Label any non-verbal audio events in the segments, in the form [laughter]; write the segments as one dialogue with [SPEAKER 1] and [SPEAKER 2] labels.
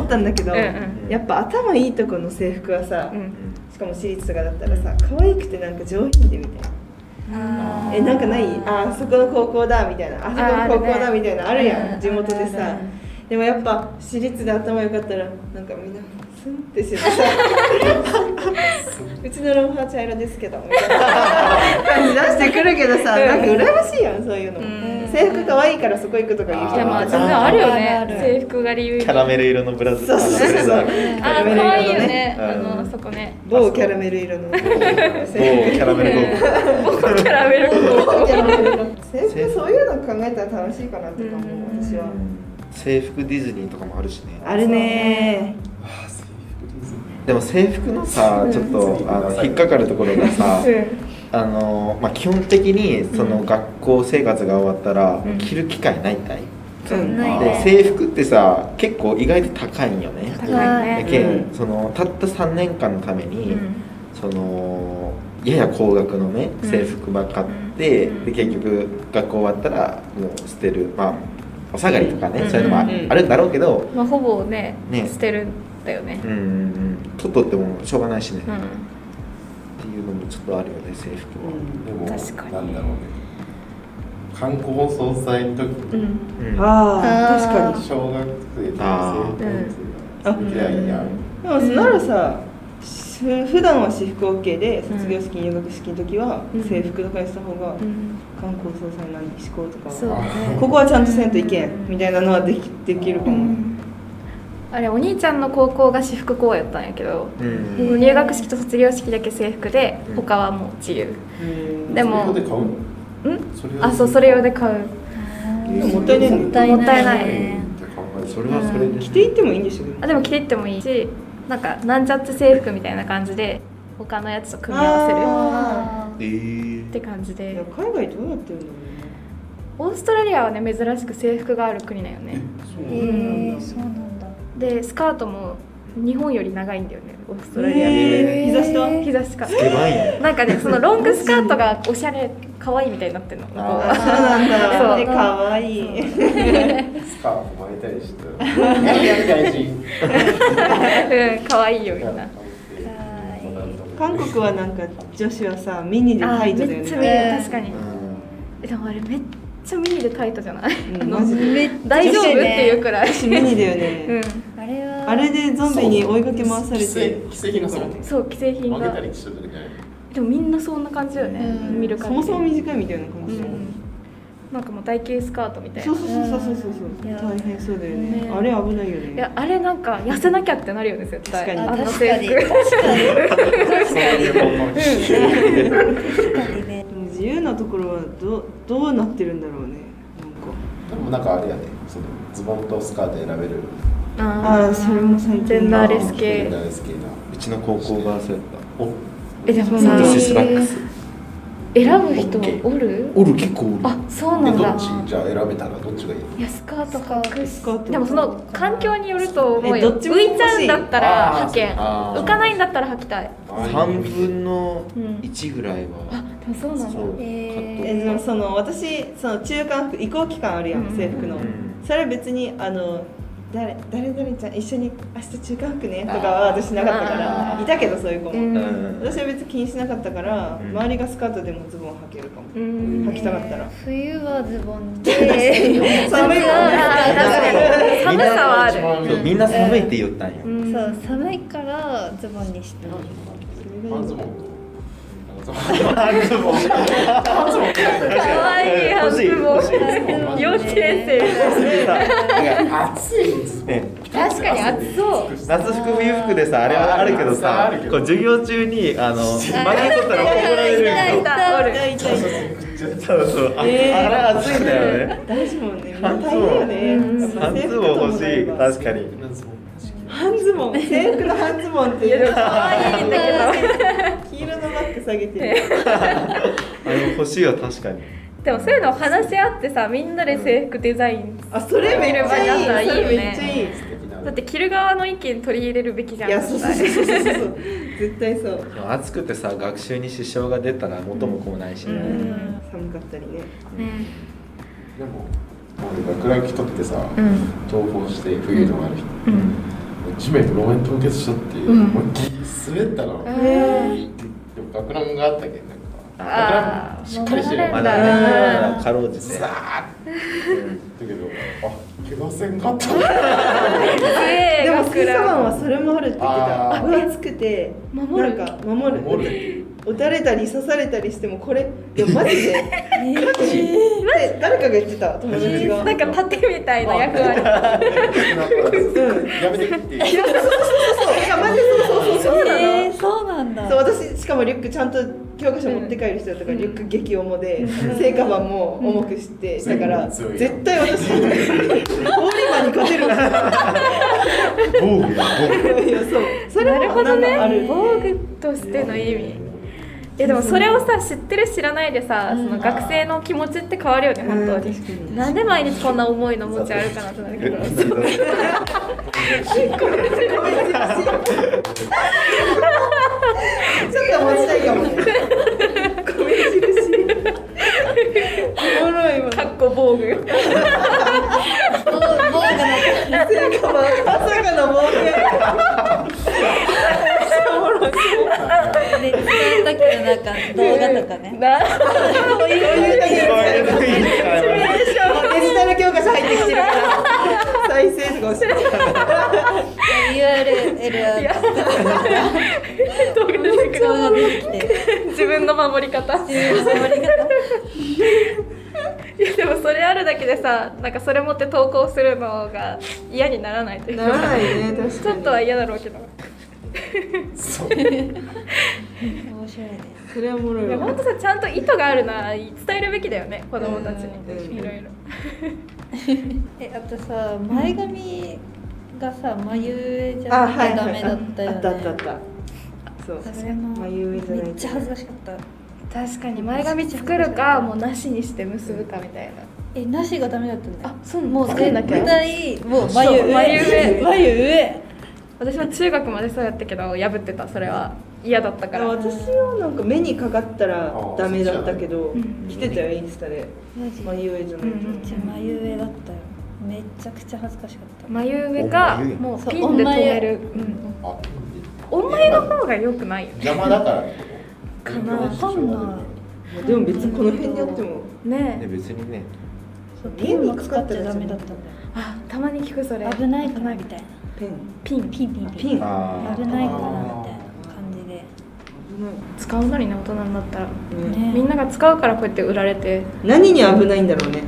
[SPEAKER 1] ったんだけど、
[SPEAKER 2] うんうん
[SPEAKER 1] やっぱ頭いいとこの制服はさ、
[SPEAKER 2] うん
[SPEAKER 1] しかも私立とかだったらさ可愛くてなんか上品でみたいなえなんかないああそこの高校だみたいなあそこの高校だみたいなあるやん地元でさでもやっぱ私立で頭良かったらなんかみんなスンってしてさ
[SPEAKER 2] [laughs]
[SPEAKER 1] うちのロンハー茶色ですけどみたいな感じ出してくるけどさなんか羨ましいやんそういうの、
[SPEAKER 2] ん
[SPEAKER 1] 制服可愛いからそこ行くとか言う
[SPEAKER 2] い
[SPEAKER 1] 人
[SPEAKER 2] やま
[SPEAKER 1] も
[SPEAKER 2] あ
[SPEAKER 1] い
[SPEAKER 2] 全
[SPEAKER 1] た
[SPEAKER 2] 然
[SPEAKER 1] ら
[SPEAKER 2] あるよ
[SPEAKER 3] ある
[SPEAKER 2] ね
[SPEAKER 3] ある
[SPEAKER 2] 制服が理由
[SPEAKER 4] キ
[SPEAKER 2] に
[SPEAKER 4] ャラメル色のブラズ
[SPEAKER 1] そうそうそう
[SPEAKER 4] あブレザー
[SPEAKER 2] あー
[SPEAKER 1] キャラメル
[SPEAKER 2] 可愛い
[SPEAKER 1] 色
[SPEAKER 2] よ
[SPEAKER 1] の
[SPEAKER 2] ね
[SPEAKER 1] ね
[SPEAKER 2] あ
[SPEAKER 4] うん
[SPEAKER 2] のそこね
[SPEAKER 1] 某キャラメル色 [laughs] の
[SPEAKER 4] 某キャラメルゴ
[SPEAKER 2] 僕キャラメル
[SPEAKER 1] 某キャラメル色制服そういうの考えたら楽しいかなとか思う私は
[SPEAKER 4] ー制服ディズニーとかもあるしね
[SPEAKER 1] あるね
[SPEAKER 4] でも制服のさちょっとあの引っかかるところがさあの、まあ、基本的にその学校生活が終わったら
[SPEAKER 2] うん
[SPEAKER 4] 着る機会ないたい、
[SPEAKER 1] うん
[SPEAKER 3] ない
[SPEAKER 4] で
[SPEAKER 3] ね
[SPEAKER 4] 制服ってさ結構意外と高いんよね
[SPEAKER 2] 高い
[SPEAKER 4] だ
[SPEAKER 2] ね
[SPEAKER 4] け
[SPEAKER 1] う
[SPEAKER 4] ん
[SPEAKER 1] ん
[SPEAKER 4] そのたった3年間のために、
[SPEAKER 2] うん
[SPEAKER 4] そのやや高額のね
[SPEAKER 2] うん
[SPEAKER 4] 制服ば買って、
[SPEAKER 2] うん
[SPEAKER 4] で結局学校終わったらもう捨てるまあお下がりとかね、
[SPEAKER 2] うん
[SPEAKER 4] そういうのもあ
[SPEAKER 1] うん
[SPEAKER 4] あるんだろうけど、
[SPEAKER 2] まあほぼね
[SPEAKER 4] ね
[SPEAKER 2] 捨てるんだよね
[SPEAKER 4] うんうん取っとってもしょうがないしね、
[SPEAKER 2] う
[SPEAKER 4] っ
[SPEAKER 2] ん
[SPEAKER 4] ていうのもちょっとあるよね制服は、
[SPEAKER 5] でも
[SPEAKER 2] 確かに
[SPEAKER 5] なんだろうね観光総裁の時
[SPEAKER 2] う
[SPEAKER 5] に
[SPEAKER 2] ん
[SPEAKER 4] うん
[SPEAKER 1] ああ確かに
[SPEAKER 5] 小学生
[SPEAKER 4] あ
[SPEAKER 5] と
[SPEAKER 4] ー
[SPEAKER 5] 生徒
[SPEAKER 1] うん
[SPEAKER 5] いやいや
[SPEAKER 1] でもならさ、し普段は私服 OK で卒業式入学式の時は
[SPEAKER 2] うん
[SPEAKER 1] 制服とかにした方が
[SPEAKER 2] うん
[SPEAKER 1] 観光総裁の思考とか
[SPEAKER 2] そうね
[SPEAKER 1] ここはちゃんとせんといけ
[SPEAKER 2] うん
[SPEAKER 1] んみたいなのはできできるかも
[SPEAKER 2] あれお兄ちゃんの高校が私服校やったんやけど
[SPEAKER 4] うん
[SPEAKER 3] へー
[SPEAKER 2] 入学式と卒業式だけ制服で
[SPEAKER 4] うん
[SPEAKER 2] 他はもう自由でも
[SPEAKER 5] それで買うの
[SPEAKER 2] うん
[SPEAKER 5] それ
[SPEAKER 2] あそうそれ用で買う
[SPEAKER 1] もったいないね
[SPEAKER 3] もったい
[SPEAKER 2] もったい
[SPEAKER 3] な
[SPEAKER 2] ない
[SPEAKER 3] いね
[SPEAKER 5] って考え
[SPEAKER 4] それはそれで、
[SPEAKER 1] 着ていってもいいんでしょでも
[SPEAKER 2] あでも着ていってもいいしなんかなんちゃって制服みたいな感じで他のやつと組み合わ
[SPEAKER 3] あ
[SPEAKER 4] え
[SPEAKER 2] せ
[SPEAKER 4] ー
[SPEAKER 2] るって感じ
[SPEAKER 1] い
[SPEAKER 2] で
[SPEAKER 1] や海外どうなってるんだろうね
[SPEAKER 2] オーストラリアはね珍しく制服がある国だよね
[SPEAKER 5] そうな
[SPEAKER 3] ーへ
[SPEAKER 5] んだ
[SPEAKER 3] えそうなんだ
[SPEAKER 2] でスカートも日本より長いんだよねオーストラリアで
[SPEAKER 1] えー膝下
[SPEAKER 3] へー
[SPEAKER 2] 膝しか
[SPEAKER 4] やばいね
[SPEAKER 2] なんかねそのロングスカートがおしゃれ可愛いみたいになってるの向こう
[SPEAKER 4] あ
[SPEAKER 2] は
[SPEAKER 1] そうなん
[SPEAKER 2] そう
[SPEAKER 1] だで可愛い
[SPEAKER 5] スカーフ巻いたりして外人
[SPEAKER 2] うん可愛いよみたいな
[SPEAKER 1] 韓国はなんか女子はさミニで
[SPEAKER 2] あ
[SPEAKER 1] タイトだ
[SPEAKER 2] め
[SPEAKER 1] よ
[SPEAKER 2] っちゃミニ
[SPEAKER 1] ね
[SPEAKER 3] ね
[SPEAKER 2] 確かにえでもあれめっちゃミニでタイトじゃない
[SPEAKER 1] うんマジで
[SPEAKER 2] 大丈夫っ
[SPEAKER 3] 女子ね
[SPEAKER 2] ていうくらい
[SPEAKER 1] ミニだよ
[SPEAKER 2] う
[SPEAKER 1] ね
[SPEAKER 2] ん
[SPEAKER 3] あれは
[SPEAKER 1] あれでゾンビに追いかけ回され
[SPEAKER 5] 既
[SPEAKER 1] て
[SPEAKER 5] 製既製品がそう負
[SPEAKER 2] そう既製品
[SPEAKER 5] け
[SPEAKER 2] が
[SPEAKER 5] たりしてるじゃない
[SPEAKER 2] でもみんなそんな感じだよね、
[SPEAKER 3] うん
[SPEAKER 2] 見る
[SPEAKER 1] そ
[SPEAKER 2] 感
[SPEAKER 1] も
[SPEAKER 2] じ
[SPEAKER 1] そも短いみたいな感
[SPEAKER 2] う
[SPEAKER 1] じだもん
[SPEAKER 2] ん、なんかもう台形スカートみたい
[SPEAKER 1] そ
[SPEAKER 2] な
[SPEAKER 1] うそうそうそうそうそう
[SPEAKER 3] いや
[SPEAKER 1] 大変そうだよね
[SPEAKER 2] ね
[SPEAKER 1] あれ危ないよ
[SPEAKER 2] い
[SPEAKER 1] ね
[SPEAKER 2] やあれなんか痩せなきゃってなるよね絶対
[SPEAKER 1] 確か
[SPEAKER 3] あ
[SPEAKER 2] あの
[SPEAKER 3] 確か
[SPEAKER 2] 制
[SPEAKER 3] に
[SPEAKER 2] 服
[SPEAKER 3] 確かに確かに確かにね
[SPEAKER 1] 自由なところはどどうなってるんだろうね
[SPEAKER 5] でもなんかあれやねそのズボンとスカート選べる
[SPEAKER 1] なんかああーそれも最近
[SPEAKER 2] ジェンダーレス
[SPEAKER 5] ジェ
[SPEAKER 2] 系
[SPEAKER 5] ンダーレス系な
[SPEAKER 4] うちの高校がそうやっ
[SPEAKER 5] お
[SPEAKER 2] えでも
[SPEAKER 4] た
[SPEAKER 2] さ
[SPEAKER 4] 女子スラックス
[SPEAKER 2] 選ぶ人おる
[SPEAKER 4] おる結構おる
[SPEAKER 2] あそうな
[SPEAKER 5] で
[SPEAKER 2] ん
[SPEAKER 5] ど
[SPEAKER 2] だ
[SPEAKER 5] っちじゃあ選べたらどっちがいい
[SPEAKER 2] いやスカートか
[SPEAKER 1] スカート
[SPEAKER 2] でもその環境によると思う
[SPEAKER 1] え
[SPEAKER 2] よ
[SPEAKER 1] どっちも
[SPEAKER 2] 浮いちゃうんだったら派
[SPEAKER 5] 欲しい
[SPEAKER 2] 遣
[SPEAKER 4] あー
[SPEAKER 2] 浮かないんだったら履きたい
[SPEAKER 4] 3分の
[SPEAKER 2] うん
[SPEAKER 4] 1ぐらい
[SPEAKER 2] あ
[SPEAKER 4] は、
[SPEAKER 2] でもそうなんだ
[SPEAKER 4] そう、
[SPEAKER 3] え
[SPEAKER 1] えでもその私その中間服移行期間あるやん、
[SPEAKER 2] うん
[SPEAKER 1] 制服の、
[SPEAKER 4] うん
[SPEAKER 1] それは別にあの誰誰々ちゃん一緒に明日中間服ねとかは私なかったか
[SPEAKER 4] あ
[SPEAKER 1] ら
[SPEAKER 4] ー
[SPEAKER 1] いたけどそういう子も、
[SPEAKER 2] うん
[SPEAKER 4] カット
[SPEAKER 1] 私は別に気にしなかったから、
[SPEAKER 4] うん
[SPEAKER 1] 周りがスカートでもズボン履けるかも、
[SPEAKER 2] うん
[SPEAKER 1] 履きたかったら
[SPEAKER 3] 冬はズボンで
[SPEAKER 1] 寒いもんね
[SPEAKER 2] あー
[SPEAKER 1] [laughs]
[SPEAKER 2] 確かに寒さはある
[SPEAKER 4] うんそうみんな寒いって言ったんよ、
[SPEAKER 2] うん
[SPEAKER 3] そう寒いからズボンにした
[SPEAKER 5] 半ズボンと半ズボン半ズボン
[SPEAKER 2] 可愛い半ズボン
[SPEAKER 4] 欲しい欲しい
[SPEAKER 2] 幼稚園生
[SPEAKER 5] 暑いです
[SPEAKER 4] ね
[SPEAKER 3] 確かに暑そう
[SPEAKER 4] 夏服冬服でさあれはあるけどさ
[SPEAKER 5] あるけど
[SPEAKER 4] こう授業中にあの間に合ったら怒られる
[SPEAKER 3] 痛
[SPEAKER 4] ん
[SPEAKER 3] い
[SPEAKER 4] よ
[SPEAKER 2] おる
[SPEAKER 1] 大体
[SPEAKER 4] そうそうあ,、
[SPEAKER 1] えー
[SPEAKER 4] あれ暑いんだよね
[SPEAKER 1] 大事もんねみんな大変よね
[SPEAKER 2] うん
[SPEAKER 1] やっぱ
[SPEAKER 4] 半
[SPEAKER 1] 制
[SPEAKER 4] ズ
[SPEAKER 1] 服
[SPEAKER 4] ボ
[SPEAKER 1] と
[SPEAKER 4] ン
[SPEAKER 1] も
[SPEAKER 4] 欲し
[SPEAKER 1] ないれば
[SPEAKER 4] 確かに
[SPEAKER 1] 半ズボン制服の半ズボンっていう
[SPEAKER 2] 可愛いんだけど
[SPEAKER 1] 黄色のバッグ下げてる
[SPEAKER 4] あれ欲しいよ確かに
[SPEAKER 2] でもそういうのを話し合ってさみんなで制服デザイン
[SPEAKER 1] あそれめっちゃ
[SPEAKER 2] 見る場にあったら
[SPEAKER 1] い
[SPEAKER 2] い
[SPEAKER 1] い
[SPEAKER 2] いよ
[SPEAKER 1] そ
[SPEAKER 2] ね
[SPEAKER 1] れめっちゃいい
[SPEAKER 2] だって着る側の意見取り入れるべきじゃん
[SPEAKER 1] いやそうそうそうそうそうそう絶対そう
[SPEAKER 4] でも暑くてさ学習に支障が出たら元も子もないしね、
[SPEAKER 2] うん
[SPEAKER 1] 寒かったりね
[SPEAKER 2] ね
[SPEAKER 5] でも学ラン着とってさ
[SPEAKER 2] うん
[SPEAKER 5] 登校して冬のある日
[SPEAKER 2] うん
[SPEAKER 5] 地面と路面凍結しちゃって、
[SPEAKER 1] ん
[SPEAKER 5] もうギリ滑ったの、
[SPEAKER 1] え
[SPEAKER 5] でも学ランがあったけんなんか
[SPEAKER 2] あ
[SPEAKER 5] 学ランしっかりしてるよ
[SPEAKER 4] まだ
[SPEAKER 5] だ
[SPEAKER 1] う
[SPEAKER 4] ね
[SPEAKER 1] ん
[SPEAKER 4] まだかろうじて
[SPEAKER 5] けどあ怪我せんかった
[SPEAKER 2] え
[SPEAKER 1] でもスーサワンはそれもあるって言ってた
[SPEAKER 5] あー
[SPEAKER 1] 分厚くて
[SPEAKER 2] 守る
[SPEAKER 1] なんか守る
[SPEAKER 5] 守るっていう
[SPEAKER 1] 打たれたり刺されたりしてもこれいやマジでって誰かが言ってた友達が。
[SPEAKER 2] なんか盾みたいな役割
[SPEAKER 1] うん
[SPEAKER 5] やめてっていう
[SPEAKER 1] そういやマジでそうそうそうそうなの、
[SPEAKER 3] えーそうなんだ
[SPEAKER 1] そう私しかもリュックちゃんと教科書持って帰る人だったから、リュック激重で、成果版も重くして、だから
[SPEAKER 5] 強いな
[SPEAKER 1] 絶対私
[SPEAKER 5] [laughs]
[SPEAKER 1] ホーリーマンに勝てるんだ
[SPEAKER 4] 防具や防具
[SPEAKER 1] いやそうそれ
[SPEAKER 2] な
[SPEAKER 1] は
[SPEAKER 2] るほどね
[SPEAKER 1] なんかある
[SPEAKER 2] 防具としての意味いやでもそれをさ知ってる知らないでさ、その学生の気持ちって変わるよね本当に、なんで毎日こんな重いの持ち歩かなくなるけど
[SPEAKER 1] ごめんなさいちょっと持ちたいかもねごめん印おもろいわ
[SPEAKER 2] かっこ防具
[SPEAKER 3] 防防具の
[SPEAKER 1] 成果版まさかの冒険おもろい
[SPEAKER 3] で使う時のなんか動画とかね
[SPEAKER 2] な
[SPEAKER 1] そういうだけで使えるデジタル教科書入ってきてるから再生とかして
[SPEAKER 3] URL を
[SPEAKER 2] 動画出てく
[SPEAKER 3] 動画
[SPEAKER 2] る
[SPEAKER 3] 出てきて
[SPEAKER 2] 自分の守り方い
[SPEAKER 3] 自分の守り方
[SPEAKER 2] やでもそれあるだけでさなんかそれ持って投稿するのが嫌にならないという
[SPEAKER 1] なら
[SPEAKER 2] か
[SPEAKER 1] ないね確
[SPEAKER 2] ちょっとは嫌だろうけど
[SPEAKER 5] そう
[SPEAKER 3] 面白いね
[SPEAKER 1] それはおもろい
[SPEAKER 2] でも
[SPEAKER 1] わ
[SPEAKER 2] 本当さちゃんと意図があるなら伝えるべきだよね子供た
[SPEAKER 1] う
[SPEAKER 2] ち
[SPEAKER 1] ん
[SPEAKER 2] にいろいろ
[SPEAKER 3] えあとさ前髪がさ眉毛じゃなきゃダメだったよね
[SPEAKER 1] あったあったあったそう
[SPEAKER 3] それも
[SPEAKER 1] 眉毛じゃない
[SPEAKER 3] めっちゃ恥ずかしかった
[SPEAKER 2] 確かに前髪作るかもうなしにして結ぶかみたいな
[SPEAKER 3] えなしがダメだったんだよ
[SPEAKER 2] そう
[SPEAKER 3] もう
[SPEAKER 2] 作んな
[SPEAKER 3] 絶
[SPEAKER 2] きゃ
[SPEAKER 3] 対もう眉上
[SPEAKER 2] 眉上
[SPEAKER 3] 眉上
[SPEAKER 2] 私は中学までそうやったけど破ってたそれは嫌だったか
[SPEAKER 1] あ
[SPEAKER 2] ら
[SPEAKER 1] 私はなんか目にかかったらダメだったけど
[SPEAKER 2] ん
[SPEAKER 1] 来てたよインスタで
[SPEAKER 3] マジ
[SPEAKER 1] 眉毛じゃない
[SPEAKER 2] うん
[SPEAKER 3] めっちゃ眉上だったよめちゃくちゃ恥ずかしかった
[SPEAKER 2] 眉上か
[SPEAKER 4] お眉
[SPEAKER 2] もうピンで留めるうん
[SPEAKER 5] あ
[SPEAKER 2] お前の方が良くないよね
[SPEAKER 5] 邪魔だから
[SPEAKER 2] かな
[SPEAKER 5] わかんな
[SPEAKER 1] まあでも別にこの辺にあっても
[SPEAKER 2] ねえ
[SPEAKER 4] 別にね
[SPEAKER 3] そうピンも使っちゃダメだったんだ
[SPEAKER 2] あたまに聞くそれ
[SPEAKER 3] よ危ないからみたいな
[SPEAKER 1] ペン
[SPEAKER 2] ピン
[SPEAKER 3] ピンピン
[SPEAKER 1] ピン危ない
[SPEAKER 4] あ
[SPEAKER 3] 危ないからみたいな感じで
[SPEAKER 2] 使うのにね大人になったら
[SPEAKER 1] ね
[SPEAKER 2] みん
[SPEAKER 3] ね
[SPEAKER 2] なが使うからこうやって売られて
[SPEAKER 1] 何に危ないんだろうね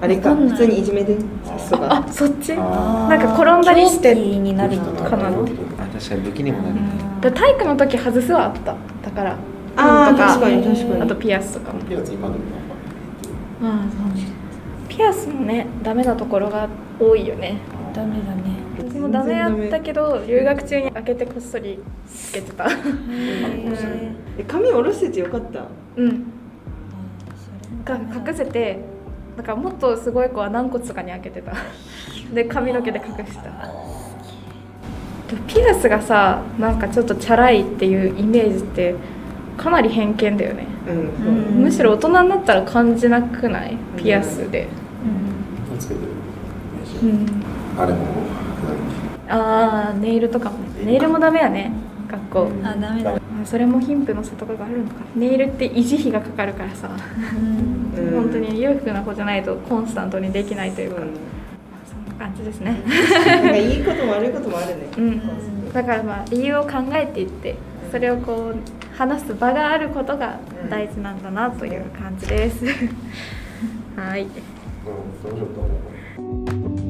[SPEAKER 1] あれか
[SPEAKER 3] わかんない
[SPEAKER 1] 普通にいじめで刺すとか
[SPEAKER 2] あそっち
[SPEAKER 4] あ
[SPEAKER 2] なんか転んだりして
[SPEAKER 3] 狂気になるの
[SPEAKER 2] かなって
[SPEAKER 4] あ確かに武器にもな
[SPEAKER 2] で
[SPEAKER 4] る
[SPEAKER 2] 体育の時外すはあっただから
[SPEAKER 1] あー
[SPEAKER 2] ピンと
[SPEAKER 1] 確かに確かに
[SPEAKER 2] あとピアスとかも
[SPEAKER 5] ピアス今でもなんか
[SPEAKER 2] あピアスもねダメなところが多いよね
[SPEAKER 3] ダメだね
[SPEAKER 2] 私もダメやったけど留学中に開けてこっそりつけてた
[SPEAKER 3] へ
[SPEAKER 1] え髪下ろしててよかった
[SPEAKER 2] [laughs] うんが隠
[SPEAKER 3] す
[SPEAKER 2] せてだからもっとすごい子は軟骨とかに開けてたで髪の毛で隠したでピアスがさなんかちょっとチャラいっていうイメージってかなり偏見だよね
[SPEAKER 1] うんそう
[SPEAKER 3] うん
[SPEAKER 2] むしろ大人になったら感じなくないピアスで、
[SPEAKER 5] つけてる
[SPEAKER 2] うん、
[SPEAKER 5] あれも
[SPEAKER 2] ああネイルとかもねネイルもダメやね学校、
[SPEAKER 3] あダメだ
[SPEAKER 2] あそれも貧富の差とかがあるのかネイルって維持費がかかるからさ、
[SPEAKER 3] うん
[SPEAKER 1] うん
[SPEAKER 2] 本当に裕福な子じゃないとコンスタントにできないという
[SPEAKER 1] う
[SPEAKER 2] か、
[SPEAKER 1] ん
[SPEAKER 2] そんな感じですね、
[SPEAKER 1] なんかいいことも悪いこともあるね
[SPEAKER 2] うん、だからまあ理由を考えていってそれをこう話す場があることが大事なんだなという感じです [laughs] はい
[SPEAKER 5] うん、どうしようと思う